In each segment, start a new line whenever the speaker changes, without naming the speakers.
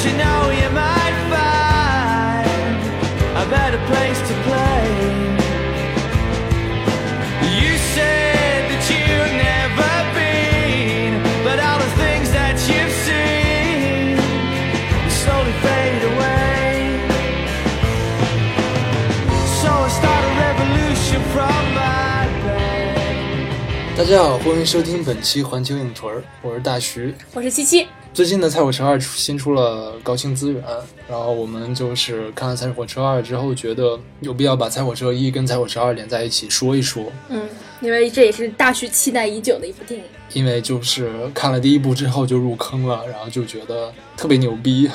you know you might find a better place to play. You said that you've never been, but all the things that you've seen slowly fade away. So I start a revolution from my bed.
大家好，欢迎收听本期环球影锤儿，我是大徐。
我是七七，
最近呢，《菜火车二》新出了高清资源，然后我们就是看了《菜火车二》之后，觉得有必要把《菜火车一》跟《菜火车二》连在一起说一说，
嗯，因为这也是大徐期待已久的一部电影，
因为就是看了第一部之后就入坑了，然后就觉得特别牛逼。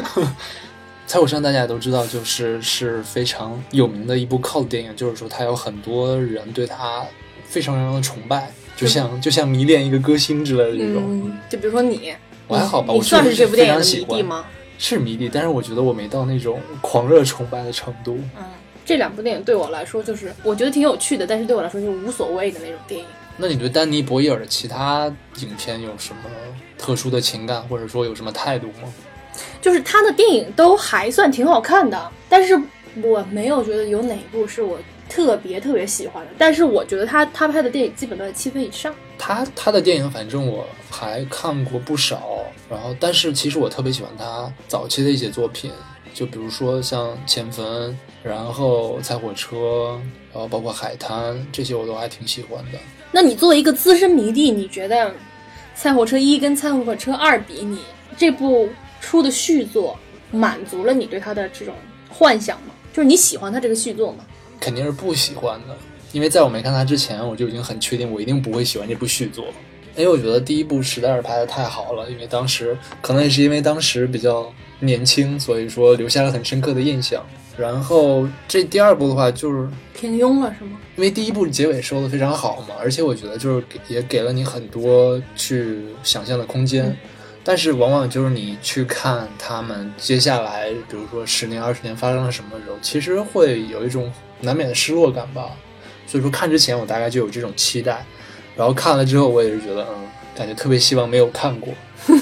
蔡火山大家也都知道，就是是非常有名的一部 cult 电影，就是说它有很多人对它非常非常的崇拜，就像就像迷恋一个歌星之类的这种。
嗯，就比如说你，
我还好吧，
你
我
算
确
是
实
这部电
非
影
常
的
喜
迷弟
欢？
吗？
是迷弟，但是我觉得我没到那种狂热崇拜的程度。
嗯，这两部电影对我来说就是我觉得挺有趣的，但是对我来说就无所谓的那种电影。
那你对丹尼·博伊尔的其他影片有什么特殊的情感，或者说有什么态度吗？
就是他的电影都还算挺好看的，但是我没有觉得有哪一部是我特别特别喜欢的。但是我觉得他他拍的电影基本都在七分以上。
他他的电影反正我还看过不少，然后但是其实我特别喜欢他早期的一些作品，就比如说像《前坟》，然后《踩火车》，然后包括《海滩》这些我都还挺喜欢的。
那你作为一个资深迷弟，你觉得《菜火车一》跟《菜火车二》比你，这部出的续作满足了你对它的这种幻想吗？就是你喜欢它这个续作吗？
肯定是不喜欢的，因为在我没看它之前，我就已经很确定我一定不会喜欢这部续作，因为我觉得第一部实在是拍的太好了，因为当时可能也是因为当时比较年轻，所以说留下了很深刻的印象。然后这第二部的话，就是
平庸了是吗？
因为第一部结尾收的非常好嘛，而且我觉得就是给也给了你很多去想象的空间。
嗯
但是往往就是你去看他们接下来，比如说十年、二十年发生了什么的时候，其实会有一种难免的失落感吧。所以说看之前我大概就有这种期待，然后看了之后我也是觉得，嗯，感觉特别希望没有看过，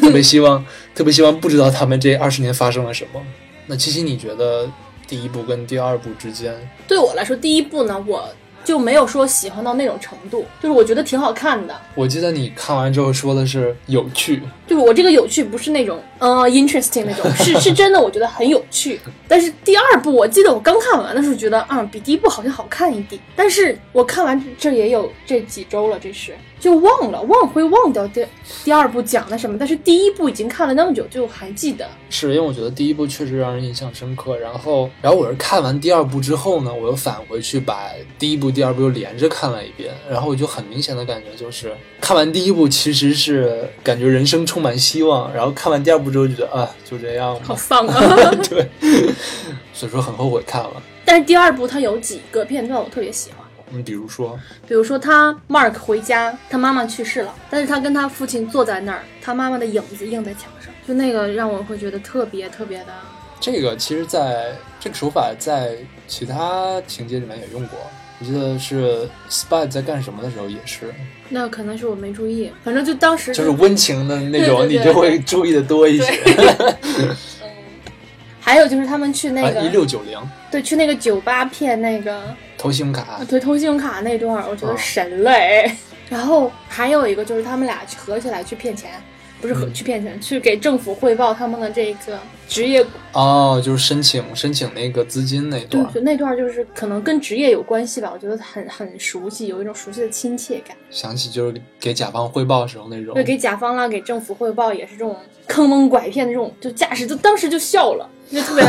特别希望特别希望不知道他们这二十年发生了什么。那七七，你觉得第一部跟第二部之间
对我来说，第一部呢，我就没有说喜欢到那种程度，就是我觉得挺好看的。
我记得你看完之后说的是有趣，
就是我这个有趣不是那种呃 interesting 那种，是是真的，我觉得很有趣。但是第二部，我记得我刚看完的时候觉得，啊、比第一部好像好看一点。但是我看完这这也有这几周了，这是就忘了，忘会忘掉第第二部讲的什么。但是第一部已经看了那么久，就还记得。
是因为我觉得第一部确实让人印象深刻。然后，然后我是看完第二部之后呢，我又返回去把第一部、第二部又连着看了一遍，然后我就很明显的感觉就是，看完第一部其实是感觉人生充满希望，然后看完第二部之后就觉得啊，就这样
好
吧，
丧啊！
对，所以说很后悔看了。
但是第二部它有几个片段我特别喜欢。
嗯，比如说，
比如说他 Mark 回家，他妈妈去世了，但是他跟他父亲坐在那儿，他妈妈的影子映在墙上，就那个让我会觉得特别特别的
这个其实在这个手法在其他情节里面也用过，我记得是 Spy 在干什么的时候也是，
那可能是我没注意，反正就当时
就是温情的那种，
对对对
你就会注意的多一些。
还有就是他们去那
啊一
个、
六九零
对去那个酒吧骗那个啊
投信用卡，
对偷信用卡那段儿，我觉得
嗯
神了哎。 然后还有一个就是他们俩去合起来去骗钱，不是合、
嗯
去骗钱，去给政府汇报他们的这个职业，
哦，就是申请申请那个资金那
对
段，，
就那段儿就是可能跟职业有关系吧，我觉得很很熟悉，有一种熟悉的亲切感。
想起就是给甲方汇报时候那种
对，，给甲方啦，给政府汇报也是这种坑蒙拐骗的这种，就架势，就当时就笑了，就特别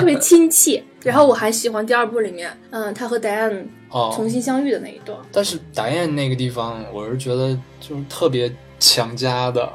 特别亲切。然后我还喜欢第二部里面，嗯，他和戴安重
哦。
新相遇的那一段。
但是达燕那个地方，我是觉得就是特别强加的，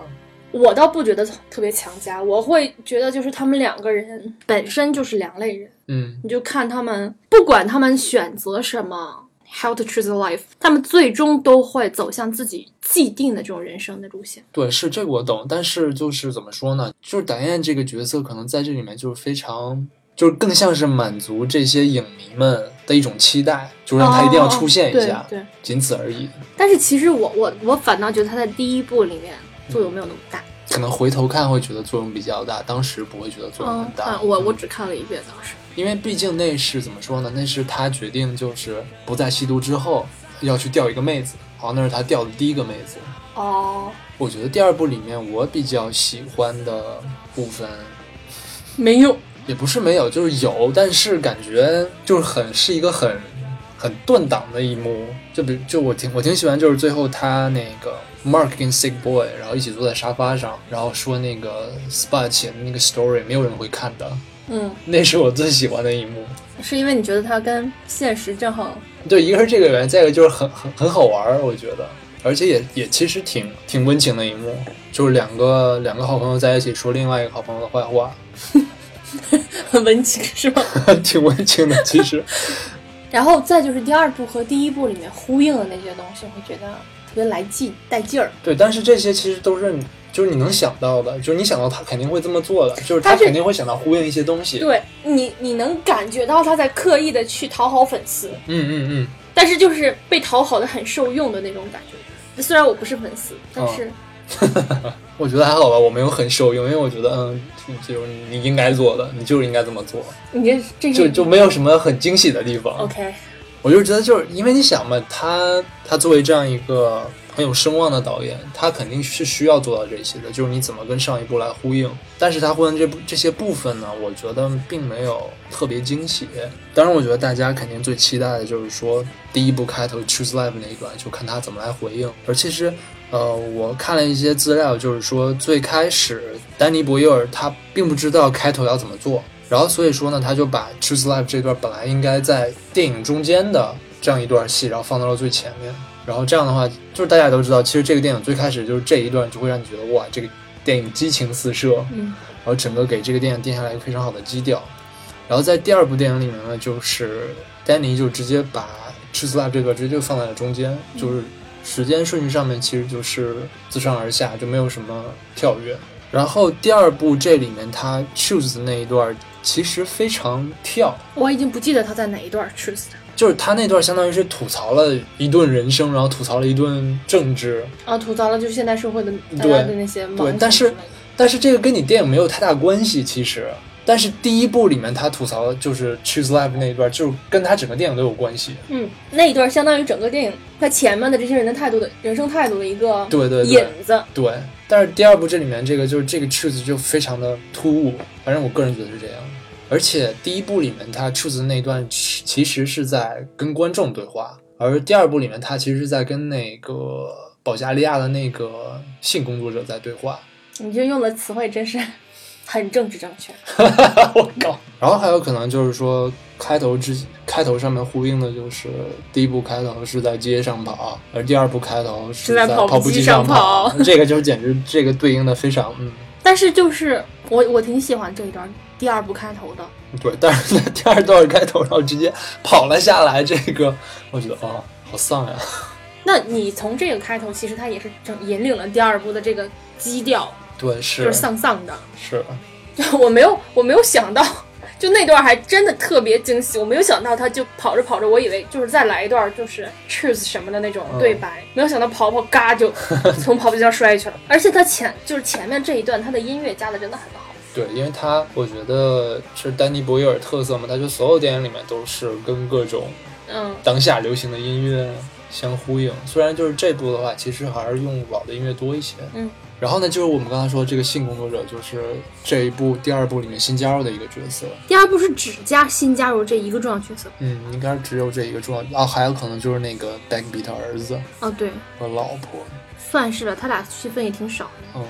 我倒不觉得特别强加，我会觉得就是他们两个人本身就是两类人，
嗯，
你就看他们，不管他们选择什么，how to choose life，他们最终都会走向自己既定的这种人生的路线。
对，是这个我懂，但是就是怎么说呢，就是达燕这个角色可能在这里面就是非常，就是更像是满足这些影迷们的一种期待，就是让他一定要出现一下，
哦对对。
仅此而已。
但是其实我我我反倒觉得他在第一部里面作用没有那么大，
可能回头看会觉得作用比较大，当时不会觉得作用
嗯
很，大。
看我我只看了一遍当时。
因为毕竟那是怎么说呢？那是他决定就是不再吸毒之后要去钓一个妹子，好像那是他钓的第一个妹子。
哦，
我觉得第二部里面我比较喜欢的部分
没有，
也不是没有，就是有，但是感觉就是很是一个很很断档的一幕。就比就我挺我挺喜欢，就是最后他那个 Mark 跟 Sick Boy，然后一起坐在沙发上，然后说那个 SPA 写的那个 story，没有人会看的，
嗯，
那是我最喜欢的一幕。
是因为你觉得它跟现实正好，
对，一个是这个原因，再一个就是很很很好玩儿，我觉得，而且也也其实挺挺温情的一幕，就是两个两个好朋友在一起说另外一个好朋友的坏话，
很温情是吗？
挺温情的。其实，
然后再就是第二部和第一部里面呼应的那些东西，会觉得特别来劲、带劲儿。
对，但是这些其实都是你就是你能想到的，就是你想到他肯定会这么做的，就是他
但是
肯定会想到呼应一些东西。
对你，你能感觉到他在刻意的去讨好粉丝，
嗯嗯嗯，
但是就是被讨好的很受用的那种感觉。虽然我不是粉丝，但
哦
是、
我觉得还好吧，我没有很受用，因为我觉得嗯，就就是你应该做的，你就是应该这么做，
你这这
就是就没有什么很惊喜的地方。
嗯 OK，
我就觉得，就是因为你想嘛，他他作为这样一个很有声望的导演，他肯定是需要做到这些的，就是你怎么跟上一部来呼应。但是他呼应这部这些部分呢，我觉得并没有特别惊喜。当然，我觉得大家肯定最期待的就是说第一部开头 Choose Life 那一段，就看他怎么来回应。而其实，呃，我看了一些资料，就是说最开始丹尼博耶尔他并不知道开头要怎么做，然后所以说呢，他就把 Choose Life 这段本来应该在电影中间的这样一段戏，然后放到了最前面。然后这样的话，就是大家也都知道，其实这个电影最开始就是这一段，就会让你觉得哇，这个电影激情四射，
嗯，
然后整个给这个电影定下来一个非常好的基调。然后在第二部电影里面呢，就是丹尼就直接把 c h i s l a 这个直接就放在了中间，就是时间顺序上面其实就是自上而下，就没有什么跳跃。然后第二部这里面他 choose 的那一段其实非常跳，
我已经不记得他在哪一段 truth
就是他那段相当于是吐槽了一顿人生，然后吐槽了一顿政治，
啊，吐槽了就是现代社会的大
对
家的那些盲
对
从
但是
之类的
但是这个跟你电影没有太大关系，其实。但是第一部里面他吐槽的就是 Choose Life 那一段，就是跟他整个电影都有关系。
嗯，那一段相当于整个电影它前面的这些人的态度的人生态度的一个
对对
引
对
子。
对。但是第二部这里面这个就是这个 Choose 就非常的突兀，反正我个人觉得是这样。而且第一部里面他 Choose 的那段其其实是在跟观众对话，而第二部里面他其实是在跟那个保加利亚的那个性工作者在对 话。
你这用的词汇真是 很政治正确。
我靠！然后还有可能就是说，开头之开头上面呼应的就是第一部开头是在街上跑，而第二部开头是
是在跑
跑
步
步
机
机
上
跑。
跑
这个就简直这个对应的非常嗯
但是就是我我挺喜欢这一段第二部开头的，
对，但是在第二段开头然后直接跑了下来，这个我觉得哦好丧呀。
那你从这个开头，其实它也是整引领了第二部的这个基调，
对，
就是是丧丧的。
是，
就 我没有我没有想到，就那段还真的特别惊喜，我没有想到他就跑着跑着，我以为就是再来一段就是 cheers 什么的那种
嗯
对白，没有想到跑跑嘎就从跑步机上摔下去了。而且他前就是前面这一段，他的音乐加的真的很好。
对，因为他我觉得是丹尼博耶尔特色嘛，他就所有电影里面都是跟各种
嗯，
当下流行的音乐相呼应。虽然就是这部的话，其实还是用老的音乐多一些。
嗯。
然后呢，就是我们刚才说这个性工作者，就是这一部第二部里面新加入的一个角色。
第二部是只加新加入这一个重要角色。
嗯，应该只有这一个重要啊，还有可能就是那个 Bagby 他儿子
哦，对，
和老婆。
算是了，他俩戏份也挺少的。
嗯，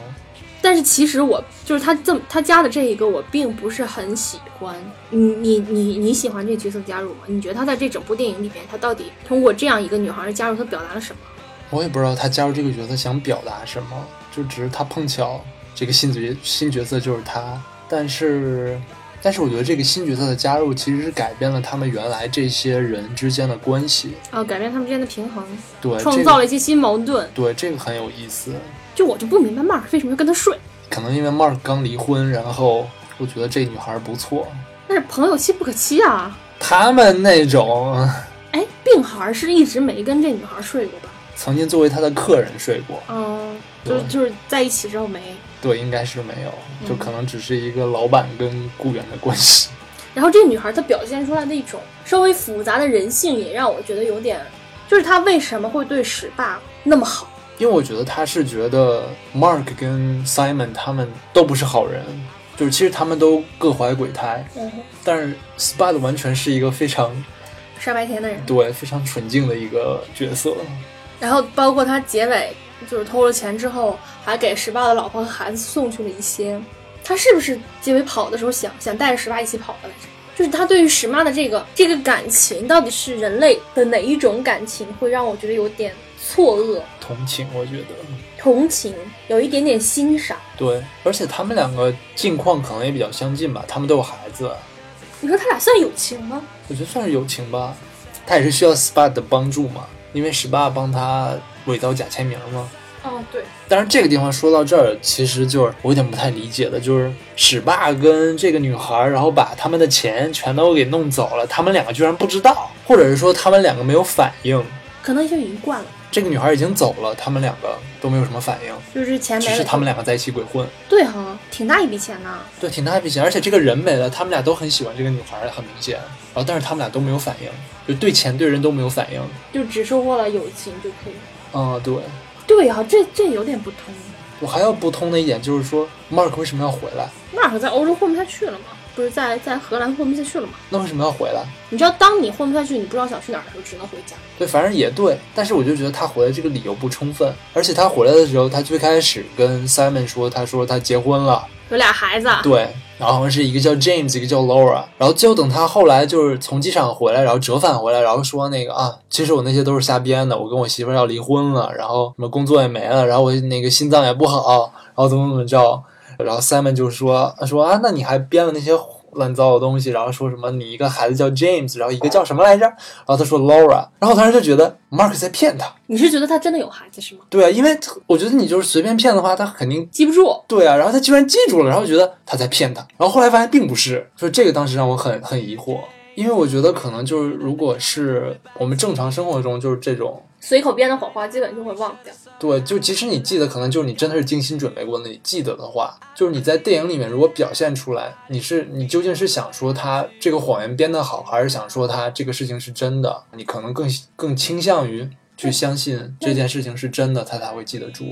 但是其实我就是他这么他加的这一个，我并不是很喜欢。你你你你喜欢这个角色加入吗？你觉得他在这整部电影里面，他到底通过这样一个女孩的加入，他表达了什么？
我也不知道他加入这个角色想表达什么，就只是他碰巧这个新角新角色就是他，但是。但是我觉得这个新角色的加入其实是改变了他们原来这些人之间的关系，
啊，改变他们之间的平衡，
对，
创
呃这个
造了一些新矛盾。
对，这个很有意思。
就我就不明白 Mark 为什么要跟他睡，
可能因为 Mark 刚离婚，然后我觉得这女孩不错。
但是朋友妻不可欺啊。
他们那种
哎，病孩儿是一直没跟这女孩睡过吧？
曾经作为他的客人睡过，
嗯，就是
对
就是在一起之后没。
对，应该是没有，
嗯
就可能只是一个老板跟雇员的关系。
然后这女孩她表现出来的一种稍微复杂的人性，也让我觉得有点，就是她为什么会对史爸那么好？
因为我觉得他是觉得 Mark 跟 Simon 他们都不是好人，就是其实他们都各怀鬼胎，
嗯，
但是 Spud 完全是一个非常
傻白甜的人。
对非常纯净的一个角色。
然后包括她结尾就是偷了钱之后，还给史爸的老婆和孩子送去了一些。她是不是结尾跑的时候想想带着史爸一起跑的来着？就是她对于 史妈的这个这个感情，到底是人类的哪一种感情，会让我觉得有点错愕、
同情，我觉得
同情，有一点点欣赏。
对，而且他们两个境况可能也比较相近吧，他们都有孩子，
你说他俩算友情吗？
我觉得算是友情吧。他也是需要 Spud 的帮助嘛，因为 Spud 帮他伪造假签名嘛。
哦，对，
但是这个地方说到这儿，其实就是我有点不太理解的，就是史爸跟这个女孩儿，然后把他们的钱全都给弄走了，他们两个居然不知道，或者是说他们两个没有反应。
可能就已经惯了，
这个女孩儿已经走了，他们两个都没有什么反应，
就是钱
只
没
是
了。
他们两个在一起鬼混。
对哈、挺大一笔钱呢、
对，挺大一笔钱，而且这个人没了，他们俩都很喜欢这个女孩儿，很明显。然后，但是他们俩都没有反应，就对钱对人都没有反应。
就只收获了友情就可以了。
嗯，对。
对哈、这这有点不通。
我还要不通的一点就是说，Mark 为什么要回来？
马可在欧洲混不下去了嘛，不是在在荷兰混不下去了嘛？
那为什么要回来？
你知道，当你混不下去，你不知道想去哪儿的时候，只能回家。
对，反正也对，但是我就觉得他回来这个理由不充分，而且他回来的时候，他最开始跟 Simon 说，他说他结婚了，
有俩孩子啊，
对，然后好像是一个叫 James，一个叫 Laura，然后最后等他后来就是从机场回来，然后折返回来，然后说那个啊，其实我那些都是瞎编的，我跟我媳妇儿要离婚了，然后什么工作也没了，然后我那个心脏也不好，然后怎么怎么着，然后 Simon 就说说啊，那你还编了那些。乱糟的东西，然后说什么你一个孩子叫 James，然后一个叫什么来着？然后他说 Laura，然后我当时就觉得 Mark 在骗他，
你是觉得他真的有孩子是吗？
对啊，因为我觉得你就是随便骗的话，他肯定
记不住，
对啊，然后他居然记住了，然后觉得他在骗他，然后后来发现并不是，所以这个当时让我很很疑惑，因为我觉得可能就是如果是我们正常生活中就是这种，
随口编的谎话基本就会忘掉。
对，就即使你记得，可能就是你真的是精心准备过的，你记得的话，就是你在电影里面如果表现出来，你是你究竟是想说他这个谎言编得好，还是想说他这个事情是真的，你可能更更倾向于去相信这件事情是真的，他才会记得住。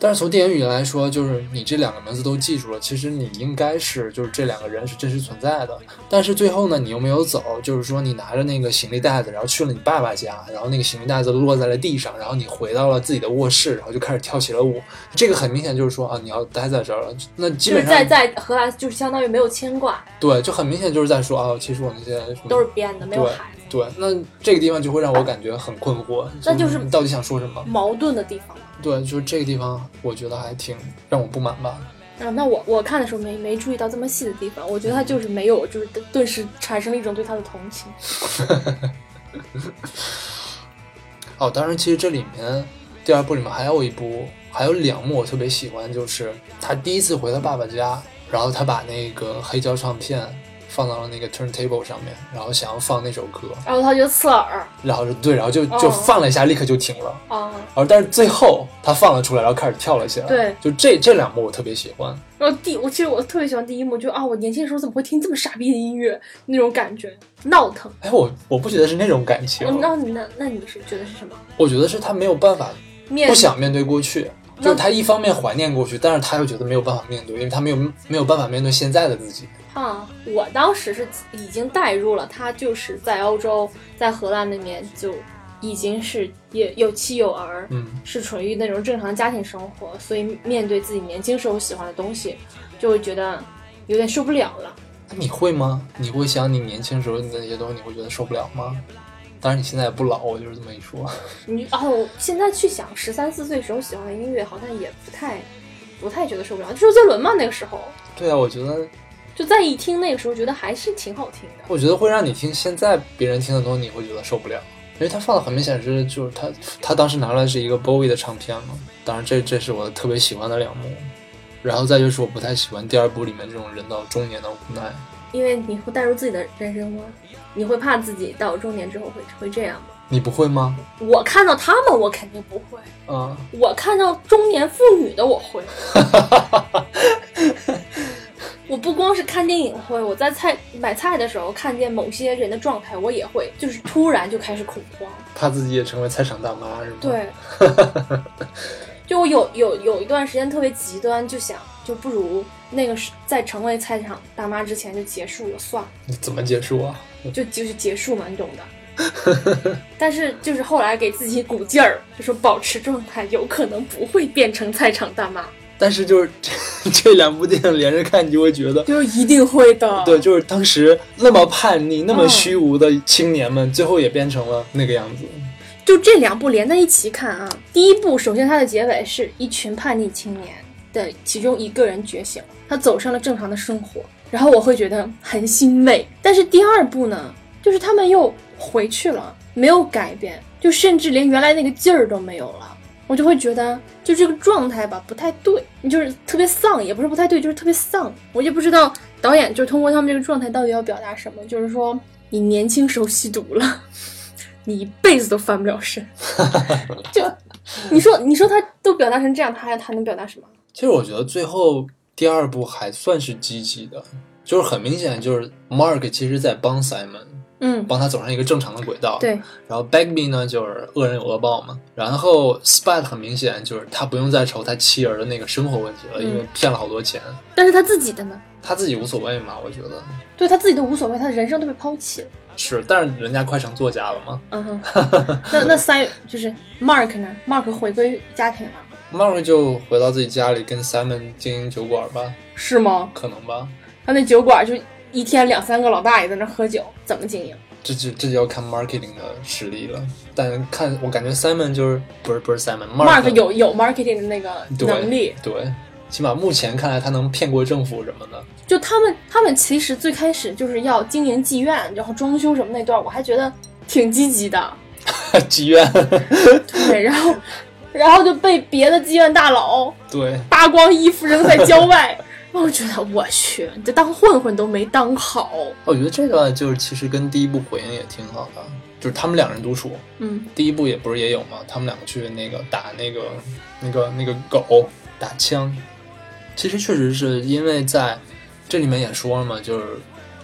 但是从电影语言来说，就是你这两个名字都记住了，其实你应该是就是这两个人是真实存在的。但是最后呢，你又没有走，就是说你拿着那个行李袋子，然后去了你爸爸家，然后那个行李袋子落在了地上，然后你回到了自己的卧室，然后就开始跳起了舞。这个很明显就是说啊，你要待在这哦儿了。那基
就是
本
在
上
在荷兰，就是相当于没有牵挂，
对，就很明显就是在说啊，其实我那些什么
都是编的，没有
对
孩子，
对，那这个地方就会让我感觉很困惑。
那就是
你到底想说什么？
矛盾的地方。
对，就是这个地方，我觉得还挺让我不满吧。
啊，那我我看的时候没没注意到这么细的地方，我觉得他就是没有，就是顿时产生了一种对他的同情。
哦，当然，其实这里面第二部里面还有一部，还有两幕我特别喜欢，就是他第一次回他爸爸家，然后他把那个黑胶唱片放到了那个 turntable 上面，然后想要放那首歌，
然后他就刺耳
然后就对，然后就就
哦
放了一下，立刻就停了。
啊，
然后但是最后他放了出来，然后开始跳了起来。
对，
就这这两幕我特别喜欢。
然后第我其实我特别喜欢第一幕，就啊，我年轻的时候怎么会听这么傻逼的音乐那种感觉，闹腾。
哎，我我不觉得是那种感情，
哦那那那你是觉得是什么？
我觉得是他没有办法
面
不想面对过去，
那
就是他一方面怀念过去，但是他又觉得没有办法面对，因为他没有没有办法面对现在的自己。
啊！我当时是已经代入了，他就是在欧洲，在荷兰那边就已经是也有妻有儿，
嗯。
是处于那种正常家庭生活，所以面对自己年轻时候喜欢的东西，就会觉得有点受不了了。
你会吗？你会想你年轻时候的那些东西，你会觉得受不了吗？当然，你现在也不老，我就是这么一说。
你哦，我现在去想十三四岁时候喜欢的音乐，好像也不太不太觉得受不了。周杰伦嘛，那个时候
对啊，我觉得，
就再一听，那个时候觉得还是挺好听的。
我觉得会让你听现在别人听的东西，你会觉得受不了，因为他放的很明显是，就是他他当时拿出来是一个 Bowie 的唱片嘛。当然这，这是我特别喜欢的两幕。然后再就是我不太喜欢第二部里面这种人到中年的无奈。
因为你会带入自己的人生观，你会怕自己到中年之后会会这样吗？
你不会吗？
我看到他们，我肯定不会；
啊，
我看到中年妇女的，我会。我不光是看电影会，我在菜买菜的时候看见某些人的状态，我也会，就是突然就开始恐慌。
怕自己也成为菜场大妈是吗？，
对，就我有有有一段时间特别极端，就想就不如那个是在成为菜场大妈之前就结束了算了。
你怎么结束啊？
就就是结束嘛，你懂的。 但是就是后来给自己鼓劲儿，就说保持状态，有可能不会变成菜场大妈，
但是就是这两部电影连着看，你就会觉得。
就是一定会的。
对，就是当时那么叛逆、那么
嗯
虚无的青年们，最后也变成了那个样子。
就这两部连在一起看啊。第一部，首先它的结尾是一群叛逆青年的其中一个人觉醒，他走上了正常的生活，然后我会觉得很欣慰。但是第二部呢，就是他们又回去了，没有改变，就甚至连原来那个劲儿都没有了。我就会觉得，就这个状态吧，不太对，就是特别丧，也不是不太对，就是特别丧。我就不知道导演就通过他们这个状态到底要表达什么，就是说你年轻时候吸毒了，你一辈子都翻不了身。就你说，你说他都表达成这样，他还他能表达什么？
其实我觉得最后第二部还算是积极的，就是很明显，就是 Mark 其实在帮 Simon，
嗯，
帮他走上一个正常的轨道。。
对，
然后 Bagby 呢，就是恶人有恶报嘛。然后 Spad 很明显就是他不用再愁他妻儿的那个生活问题了，
嗯
因为骗了好多钱，
但是他自己的呢？
他自己无所谓嘛，我觉得
对他自己都无所谓，他的人生都被抛弃了。
是。但是人家快成作家了嘛
嗯哼， 那那三就是 Mark 呢？Mark 回归家庭了，
，Mark 就回到自己家里跟 Simon 经营酒馆吧，
是吗？
可能吧。
他那酒馆就一天两三个老大爷在那喝酒，怎么经营？
这就这就要看 marketing 的实力了，但看我感觉 Simon 就是不是不是 Simon，Mark
Mark 有有 marketing 的那个
对
能力，
对，起码目前看来他能骗过政府什么的，
就他们他们其实最开始就是要经营妓院，然后装修什么那段，我还觉得挺积极的，
妓院，
对，然后然后就被别的妓院大佬
对，
扒光衣服扔在郊外，然后我觉得我去，你这当混混都没当好，
哦我觉得这个就是其实跟第一部回应也挺好的，就是他们两人独处，
嗯，
第一部也不是也有嘛，他们两个去那个打那个那个那个狗打枪，其实确实是因为在这里面也说了嘛，就是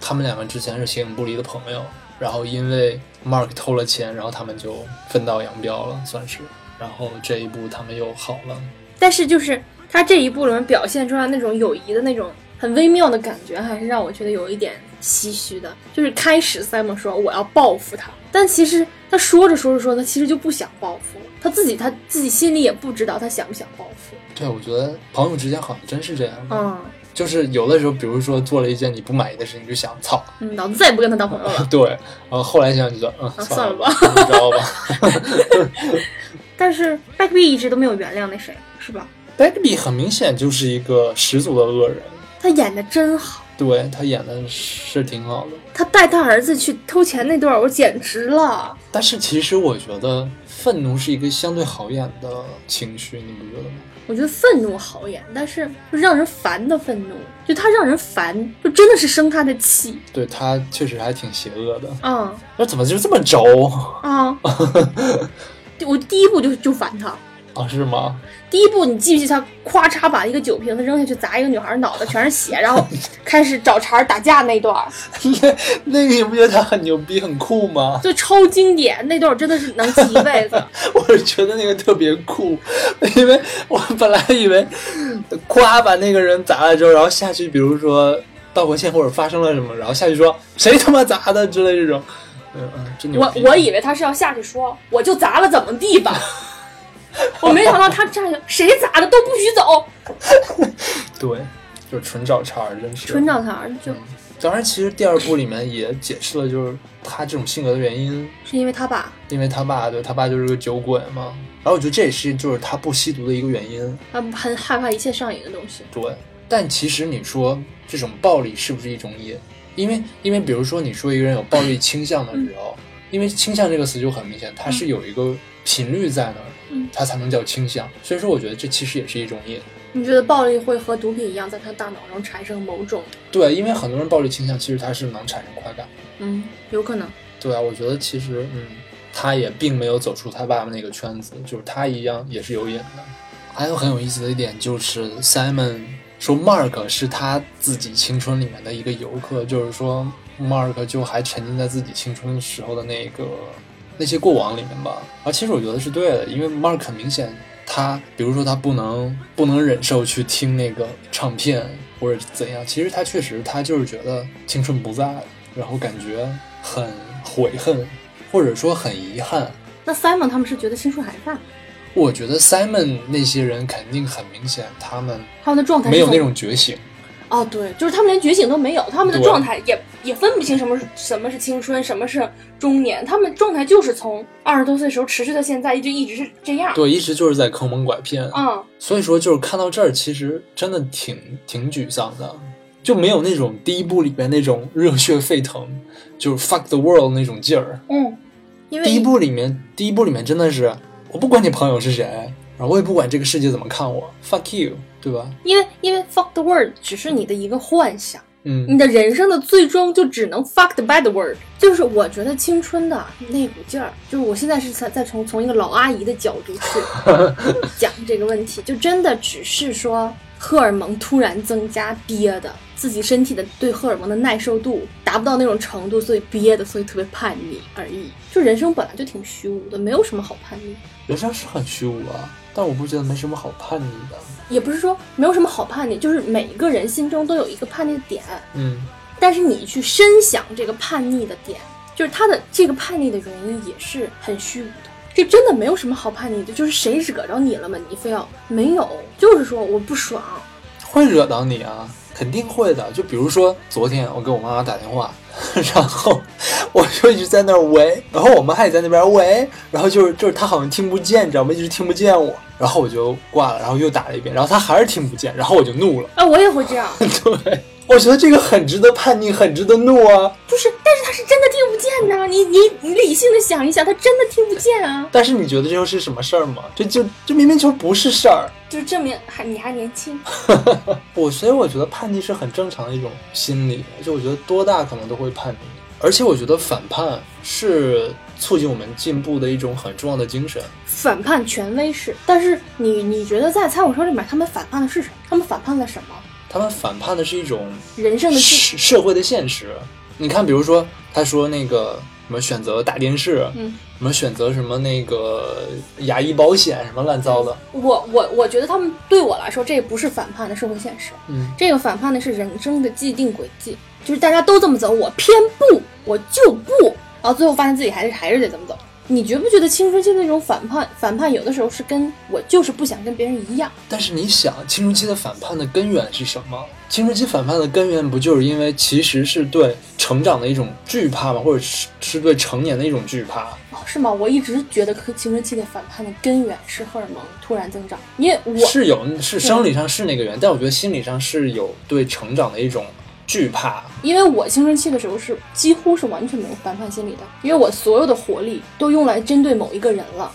他们两个之前是形影不离的朋友，然后因为 Mark 偷了钱，然后他们就分道扬镳了，算是。然后这一步他们又好了，
但是就是他这一部里面表现出来那种友谊的那种很微妙的感觉，还是让我觉得有一点唏嘘的。就是开始 Simon 说我要报复他，但其实他说着说着说着，他其实就不想报复了，他自己他自己心里也不知道他想不想报复。
对我觉得朋友之间好像真是这样，
嗯
就是有的时候，比如说做了一件你不满意的事情，你就想操，
嗯，老子再也不跟他当朋友 了。
对，然后后来想想觉得，嗯，
啊算
了
了吧，
你知道吧？
但是 Backby 一直都没有原谅那谁，是吧？
Bagby 很明显就是一个十足的恶人，
他演的真好。
对他演的是挺好的。
他带他儿子去偷钱那段，我简直了！
但是其实我觉得愤怒是一个相对好演的情绪，你不觉得吗？
我觉得愤怒好演，但是就让人烦的愤怒，就他让人烦，就真的是生他的气。
对他确实还挺邪恶的，
啊
那怎么就这么轴
啊！就我第一步就就烦他。
啊？是吗？
第一步，你记不记得他咵嚓把一个酒瓶子扔下去砸一个女孩脑袋，全是血，然后开始找茬儿打架那段，
那那个你不觉得他很牛逼、很酷吗？
就超经典。那段我真的是能记一辈子。
我是觉得那个特别酷， 因为我本来以为，夸把那个人砸了之后，然后下去，比如说道个歉或者发生了什么，然后下去说谁他妈砸的之类这种，嗯嗯，真牛
我
逼。
我以为他是要下去说，我就砸了，怎么地吧？我没想到他站着，谁砸的都不许走，
对，就是纯找茬儿，真是。
纯。找茬儿，就
嗯当然，其实第二部里面也解释了，就是他这种性格的原因，
是因为他爸，
因为他爸对他爸就是个酒鬼嘛。然后我觉得这也是就是他不吸毒的一个原因。
他呃很害怕一切上瘾的东西。
对，但其实你说这种暴力是不是一种瘾？因为因为比如说你说一个人有暴力倾向的时候，因为倾向这个词就很明显，它是有一个频率在那儿
嗯，
它才能叫倾向。所以说，我觉得这其实也是一种瘾。
你觉得暴力会和毒品一样，在他大脑中产生某种，
对，因为很多人暴力倾向其实它是能产生快感的。
嗯，有可能。
对啊，我觉得其实嗯，他也并没有走出他爸爸那个圈子，就是他一样也是有瘾的。还有很有意思的一点就是 Simon 说 Mark 是他自己青春里面的一个游客，就是说 Mark 就还沉浸在自己青春时候的那个那些过往里面吧。而其实我觉得是对的，因为 Mark 很明显他，比如说他不能不能忍受去听那个唱片或者怎样，其实他确实他就是觉得青春不在了，然后感觉很悔恨，或者说很遗憾。
那 Simon 他们是觉得青春还在，
我觉得 Simon 那些人肯定很明显，他们
他们的状态
没
是
有那
从
种觉醒。
哦，对，就是他们连觉醒都没有，他们的
对
状态也也分不清什么是什么是青春，什么是中年，他们状态就是从二十多岁时候持续到现在，一直一直是这样。
对，一直就是在坑蒙拐骗。
嗯，
所以说，就是看到这儿，其实真的挺挺沮丧的，就没有那种第一部里边那种热血沸腾，就是 fuck the world 那种劲儿。
嗯，因为
第一部里面，第一部里面真的是，我不管你朋友是谁，然后我也不管这个世界怎么看我，fuck you，对吧？
因为因为 fuck the world 只是你的一个幻想，你
嗯，
的人生的最终就只能 fuck the bad word。就是我觉得青春的那股劲儿，就是我现在是在在从从一个老阿姨的角度去讲这个问题，就真的只是说荷尔蒙突然增加憋的，自己身体的对荷尔蒙的耐受度达不到那种程度，所以憋的，所以特别叛逆而已。就人生本来就挺虚无的，没有什么好叛逆。
人生是很虚无啊，但我不觉得没什么好叛逆的。
也不是说没有什么好叛逆，就是每一个人心中都有一个叛逆的点，
嗯，
但是你去深想这个叛逆的点，就是他的这个叛逆的原因也是很虚无的。这真的没有什么好叛逆的，就是谁惹着你了吗？你非要没有，就是说我不爽。
会惹到你啊，肯定会的。就比如说昨天我给我妈妈打电话， 然后我就一直在那儿喂，然后我妈也在那边喂，然后就是就是她好像听不见，你知道吗？一直听不见我，然后我就挂了，然后又打了一遍，然后她还是听不见，然后我就怒了。
啊，我也会这样，
对，我觉得这个很值得叛逆，很值得怒啊。
不是，但是他是真的听不见呐、你你你理性的想一想，他真的听不见啊，
但是你觉得这又是什么事儿吗？这就这明明就不是事儿。
就证明还你还年轻。
我所以我觉得叛逆是很正常的一种心理，而且我觉得多大可能都会叛逆，而且我觉得反叛是促进我们进步的一种很重要的精神。
反叛权威是，但是你你觉得在猜火车里面他们反叛的是什么？他们反叛了什么？
他们反叛的是一种
人生的自
社社会的现实。你看，比如说他说那个什么选择大电视，
嗯，
什么选择什么那个牙医保险什么乱糟的，
我我我觉得他们对我来说，这不是反叛的社会现实，
嗯，
这个反叛的是人生的既定轨迹，就是大家都这么走，我偏不，我就不，然后最后发现自己还是还是得这么走。你觉不觉得青春期的那种反叛，反叛有的时候是跟我就是不想跟别人一样，
但是你想，青春期的反叛的根源是什么？青春期反叛的根源不就是因为其实是对成长的一种惧怕吗？或者是是对成年的一种惧怕？
哦，是吗？我一直觉得和青春期的反叛的根源是荷尔蒙突然增长，因为我嗯
是有，是生理上是那个源，但我觉得心理上是有对成长的一种惧怕。
因为我青春期的时候是几乎是完全没有反叛心理的，因为我所有的活力都用来针对某一个人了，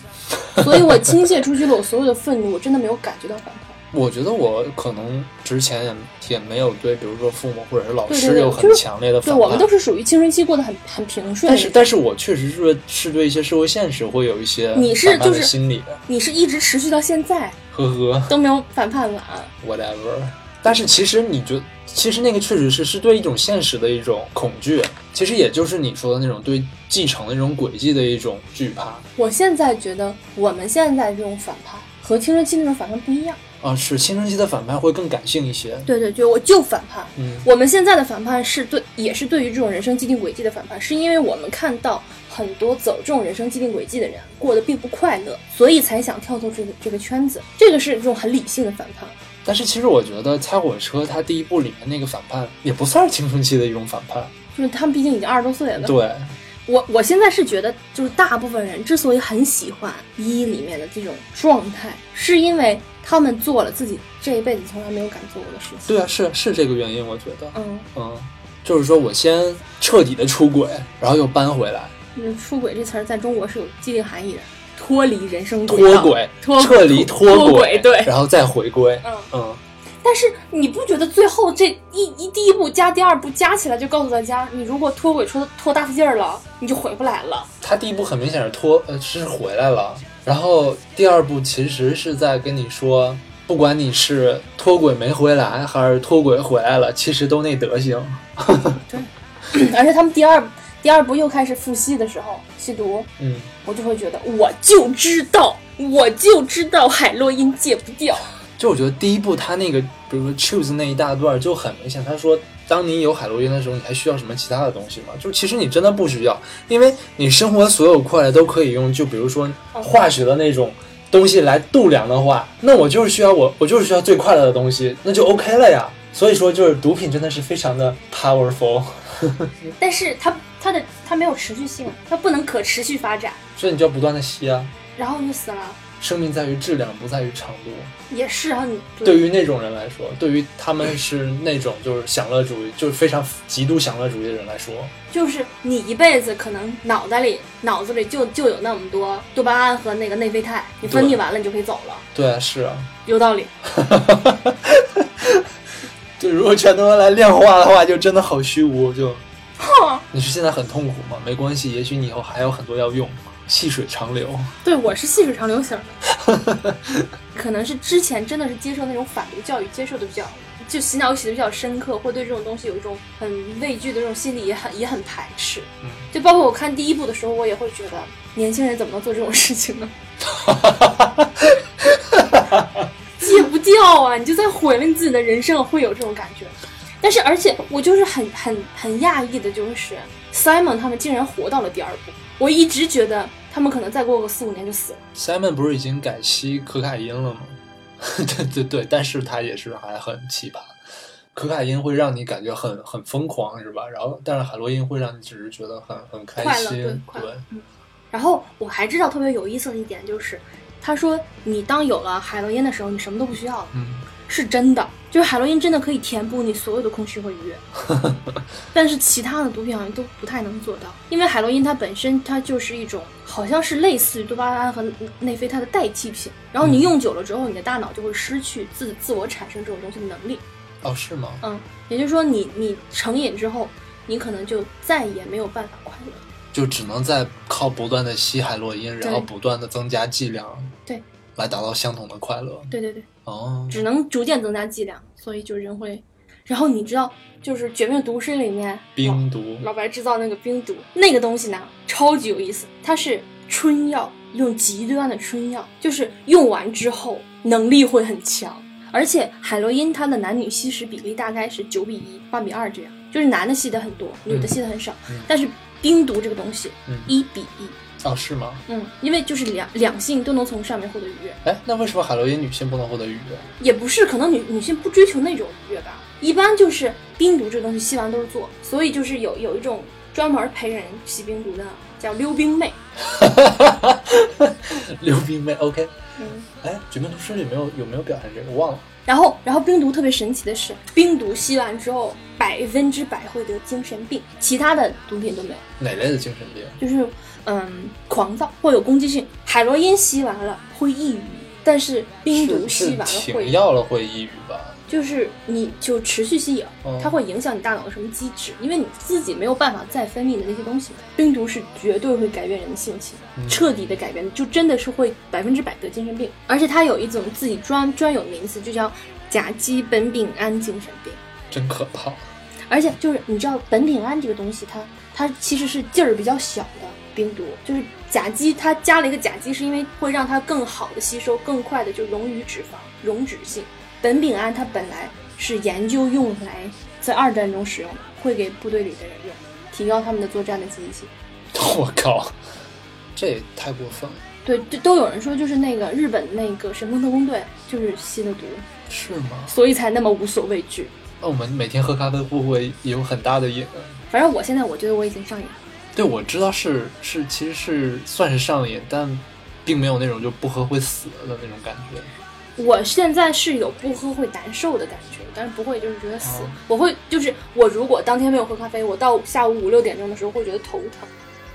所以我倾泻出去了我所有的愤怒，我真的没有感觉到反叛。
我觉得我可能之前也也没有对，比如说父母或者是老
对对
师
对
有
就
很
是
强烈的
对
反
我们
叛
都。是属于青春期过得很很平顺
但
的
是，
那种。
但是我确实是是对一些社会现实会有一些
你是
反叛
就
的
是
心理的，
你是一直持续到现在
呵呵。
都没有反叛完，
whatever。但是其实你觉，其实那个确实是是对一种现实的一种恐惧，其实也就是你说的那种对继承的那种轨迹的一种惧怕
我现在觉得我们现在这种反叛和青春期那种反叛不一样。
啊，是青春期的反叛会更感性一些，
对对，就我就反叛，
嗯，
我们现在的反叛是对，也是对于这种人生既定轨迹的反叛，是因为我们看到很多走这种人生既定轨迹的人过得并不快乐，所以才想跳脱这个这个圈子。这个是一种很理性的反叛。
但是其实我觉得《猜火车》它第一部里面那个反叛也不算是青春期的一种反叛，
就是他们毕竟已经二十多岁了，
对，
我我现在是觉得，就是大部分人之所以很喜欢一里面的这种状态，是因为他们做了自己这一辈子从来没有敢做过的事情。
对啊，是是这个原因，我觉得，
嗯，
嗯，就是说我先彻底的出轨，然后又搬回来，
嗯，出轨这词儿在中国是有既定含义的，脱离人生轨
脱
道
轨，
脱
彻离
脱
脱
轨，对，
然后再回归，
嗯。
嗯，
但是你不觉得最后这一一第一部加第二部加起来就告诉大家，你如果脱轨脱脱大劲儿了，你就回不来了。
他第一部很明显是拖，呃，是回来了。然后第二部其实是在跟你说，不管你是脱轨没回来，还是脱轨回来了，其实都那德行。
而且他们第二第二部又开始复吸的时候，吸毒，
嗯，
我就会觉得我就知道，我就知道海洛因戒不掉。
就我觉得第一部他那个，比如说 choose 那一大段就很明显，他说当你有海洛因的时候，你还需要什么其他的东西吗？就其实你真的不需要，因为你生活所有快乐都可以用，就比如说化学的那种东西来度量的话，那我就是需要我我就是需要最快乐的东西，那就 OK 了呀。所以说，就是毒品真的是非常的 powerful，
但是它它的它没有持续性，它不能可持续发展，
所以你就要不断的吸啊。
然后就死了。
生命在于质量，不在于长度。
也是啊，你
对于那种人来说，对于他们是那种就是享乐主义，就是非常极度享乐主义的人来说，
就是你一辈子可能脑袋里脑子里就就有那么多多巴胺和那个内啡肽，你分
对
泌完了你就可以走了，
对，是啊。
有道理。
就如果全都用来量化的话，就真的好虚无。就
哼，
你是现在很痛苦吗？没关系，也许你以后还有很多要用，细水长流。
对我是细水长流型儿 的，可能是之前真的是接受那种反毒教育，接受的比较就洗脑洗的比较深刻，会对这种东西有一种很畏惧的这种心理，也很也很排斥
嗯。
就包括我看第一部的时候，我也会觉得年轻人怎么能做这种事情呢？戒不掉啊！你就算毁了你自己的人生，会有这种感觉。但是，而且我就是很很很讶异的，就是 Simon 他们竟然活到了第二部。我一直觉得他们可能再过个四五年就死了。
Simon 不是已经改吸可卡因了吗？ 对对对，但是他也是还很奇葩。可卡因会让你感觉很很疯狂，是吧？然后，但是海洛因会让你只是觉得很很开
快乐
心，
对快乐然后我还知道特别有意思的一点就是，他说你当有了海洛因的时候，你什么都不需要了，
嗯，
是真的，就是海洛因真的可以填补你所有的空虚和愉悦。
嗯
但是其他的毒品好啊像都不太能做到，因为海洛因它本身它就是一种好像是类似于多巴胺和内啡肽的代替品，然后你
嗯
用久了之后，你的大脑就会失去自自我产生这种东西的能力。
哦，是吗？
嗯，也就是说你你成瘾之后，你可能就再也没有办法快乐。
就只能在靠不断的吸海洛因，然后不断的增加剂量，
对，
来达到相同的快乐。
对对对。
哦，
只能逐渐增加剂量，所以就人会。然后你知道，就是《绝命毒师》里面
冰毒
老老白制造那个冰毒，那个东西呢，超级有意思，它是春药，用极端的春药，就是用完之后能力会很强。而且海洛因它的男女吸食比例大概是九比一、八比二这样，就是男的吸的很多，女的吸的很少。
嗯
但是冰毒这个东西
嗯
一比一，
哦，是吗？
嗯，因为就是两两性都能从上面获得愉悦。
哎，那为什么海洛因女性不能获得 愉悦？
也不是，可能女女性不追求那种愉悦吧，一般就是冰毒这个东西吸完都是做，所以就是有有一种专门陪人吸冰毒的叫溜冰妹，
溜冰妹，OK。
嗯，
哎，《绝命毒师》里没有有没有表现这个？忘了。
然后然后冰毒特别神奇的是，冰毒吸完之后百分之百会得精神病，其他的毒品都没有，
哪类的精神病？
就是嗯狂躁会有攻击性，海洛因吸完了会抑郁，但是冰毒
是
吸完
是
了
停
会
药了会抑郁吧？
就是你就持续吸引
哦，
它会影响你大脑的什么机制，因为你自己没有办法再分泌的那些东西。冰毒是绝对会改变人的性情，彻底的改变，就真的是会百分之百得精神病。而且它有一种自己专专有名词，就叫甲基苯丙胺精神病。
真可怕。
而且就是你知道苯丙胺这个东西它，它其实是劲儿比较小的冰毒，就是甲基，它加了一个甲基，是因为会让它更好的吸收，更快的就溶于脂肪、溶脂性。苯丙胺它本来是研究用来在二战中使用的，会给部队里的人用，提高他们的作战的积极性。
我靠，这也太过分了，
对，都都有人说就是那个日本那个神风特工队就是吸了毒，
是吗？
所以才那么无所畏惧。
那我们每天喝咖啡会不会有很大的瘾？啊
反正我现在我觉得我已经上瘾了。
对，我知道是是，其实是算是上瘾，但并没有那种就不喝会死的那种感觉。
我现在是有不喝会难受的感觉，但是不会就是觉得
哦
死。我会就是我如果当天没有喝咖啡，我到下午五六点钟的时候会觉得头疼，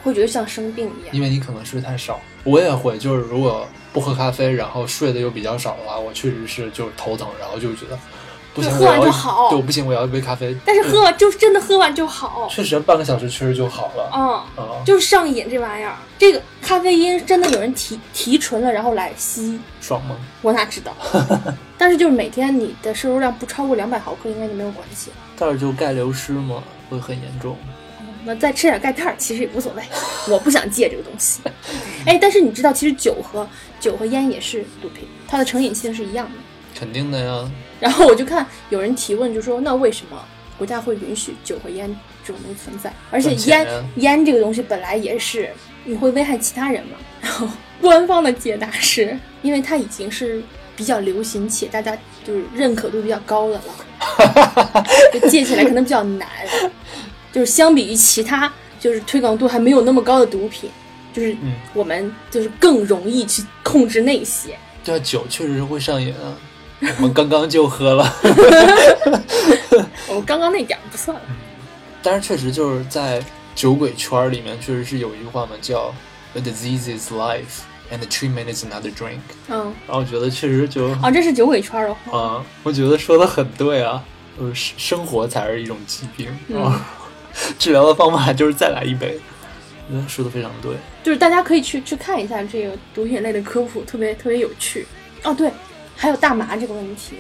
会觉得像生病一样。
因为你可能睡太少。我也会，就是如果不喝咖啡，然后睡得又比较少的话，我确实是就是头疼，然后就觉得不行，
对
我
喝完
要
就好
对，我不行，我要一杯咖啡。
但是喝完就真的喝完就好，
确实半个小时确实就好了
嗯，
啊。
就是上瘾这玩意儿。这个咖啡因真的有人提提纯了，然后来吸，
爽吗？
我 哪知道？但是就是每天你的摄入量不超过两百毫克，应该就没有关系。
但是就钙流失嘛，会很严重。
那再吃点钙片儿其实也无所谓，我不想戒这个东西。哎，但是你知道，其实酒和酒和烟也是毒品，它的成瘾性是一样的。
肯定的呀，
然后我就看有人提问，就说那为什么国家会允许酒和烟这种东西存在？而且
赚钱
烟
呀
烟这个东西本来也是你会危害其他人嘛。然后官方的解答是因为它已经是比较流行且大家就是认可度比较高的了，就戒起来可能比较难。就是相比于其他就是推广度还没有那么高的毒品，就是
嗯
我们就是更容易去控制那些。
对啊，酒确实是会上瘾啊。我们刚刚就喝了，
我哦刚刚那点儿不算了。
但是确实就是在酒鬼圈儿里面，确实是有一句话嘛，叫 “The disease is life and the treatment is another drink”。
嗯，
然后我觉得确实就
哦，这是酒鬼圈儿的话。
啊，我觉得说的很对啊，呃，生生活才是一种疾病，
嗯
啊，治疗的方法就是再来一杯。嗯，说的非常对，
就是大家可以去去看一下这个毒品类的科普，特别特别有趣。哦，对，还有大麻这个问题，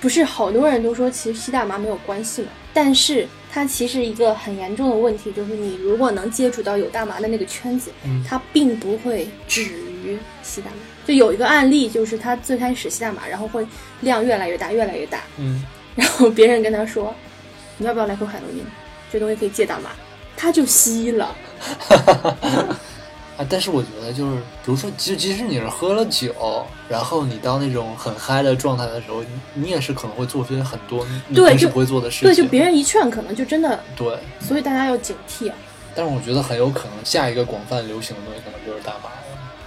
不是好多人都说其实吸大麻没有关系嘛，但是它其实一个很严重的问题就是，你如果能接触到有大麻的那个圈子，
嗯
它并不会止于吸大麻。就有一个案例，就是他最开始吸大麻，然后会量越来越大，越来越大，
嗯，
然后别人跟他说：“你要不要来口海洛因？这东西可以戒大麻。”他就吸了。
啊，但是我觉得就是，比如说，即即使你是喝了酒，然后你到那种很嗨的状态的时候，你你也是可能会做出很多你
对
平时
就
不会做的事情。
对，就别人一劝，可能就真的
对
所以大家要警惕啊！
但是我觉得很有可能下一个广泛流行的东西可能就是大麻了。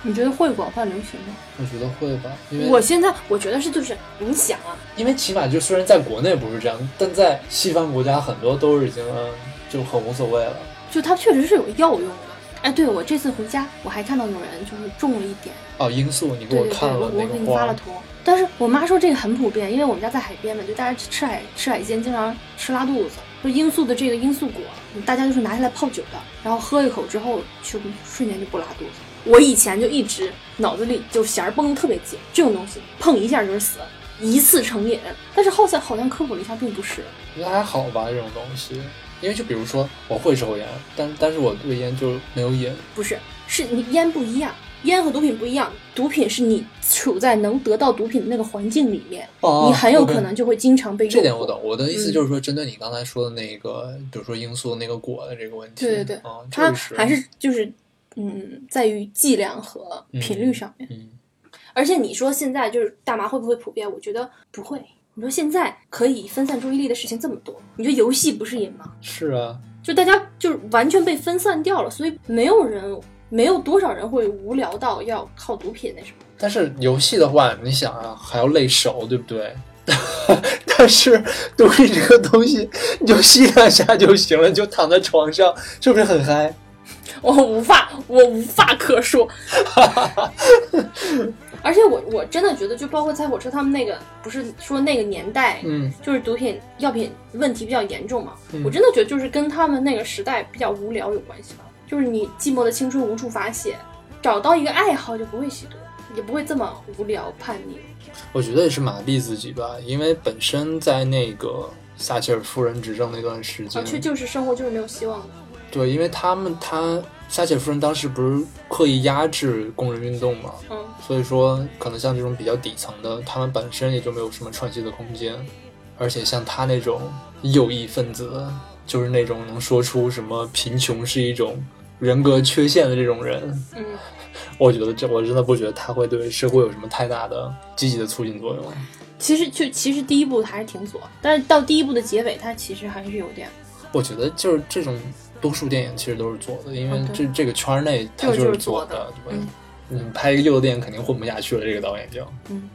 你觉得会广泛流行吗？
我觉得会吧，因为
我现在我觉得是就是你想啊，
因为起码就虽然在国内不是这样，但在西方国家很多都是已经嗯就很无所谓了。
就它确实是有药用的。哎，对我这次回家，我还看到有人就是中了一点，
哦，罂粟，你给
对
我
对对，
看
我
了那
我给
个
你发
花
了，图。但是我妈说这个很普遍，因为我们家在海边嘛，就大家吃海吃海鲜经常吃拉肚子，就罂粟的这个罂粟果，嗯大家就是拿下来泡酒的，然后喝一口之后就瞬间就不拉肚子。我以前就一直脑子里就弦儿绷得特别紧，这种东西碰一下就是死，一次成瘾。但是后来好像科普了一下，并不是。
我觉得还好吧，这种东西。因为就比如说我会抽烟，但但是我对烟就没有瘾。
不是，是你烟不一样，烟和毒品不一样。毒品是你处在能得到毒品的那个环境里面，
哦
你很有
OK
可能就会经常被诱惑。
这点我懂，我的意思
嗯
就是说，针对你刚才说的那个，比如说罂粟那个果的这个问题，
嗯对对对
啊，确
它
实
还是就是嗯，在于剂量和频率上面。
嗯，
而且你说现在就是大麻会不会普遍？我觉得不会。你说现在可以分散注意力的事情这么多，你觉得游戏不是瘾吗？
是啊，
就大家就是完全被分散掉了，所以没有人，没有多少人会无聊到要靠毒品那什么。
但是游戏的话，你想啊，还要累手，对不对？ 但是毒品这个东西，你就吸两下就行了，你就躺在床上，是不是很嗨？
我无话，我无话可说。而且我我真的觉得，就包括猜火车他们那个，不是说那个年代，
嗯，
就是毒品药品问题比较严重嘛。
嗯
我真的觉得就是跟他们那个时代比较无聊有关系吧。就是你寂寞的青春无处发泄，找到一个爱好就不会吸毒，也不会这么无聊叛逆。
我觉得也是麻痹自己吧，因为本身在那个撒切尔夫人执政那段时
啊，
间，
去就是生活就是没有希望的。
对，因为他们他撒切尔夫人当时不是刻意压制工人运动嘛，
嗯，
所以说，可能像这种比较底层的，他们本身也就没有什么喘息的空间，而且像他那种右翼分子，就是那种能说出什么贫穷是一种人格缺陷的这种人，
嗯，
我觉得这我真的不觉得他会对社会有什么太大的积极的促进作用。
其实就其实第一步还是挺左，但是到第一步的结尾，它其实还是有点。
我觉得就是这种多数电影其实都是做的，因为
嗯
这、这个圈儿内他
这个就是
是做
做
的，对吧
嗯
你拍一个右的电影肯定混不下去了，这个导演就。
嗯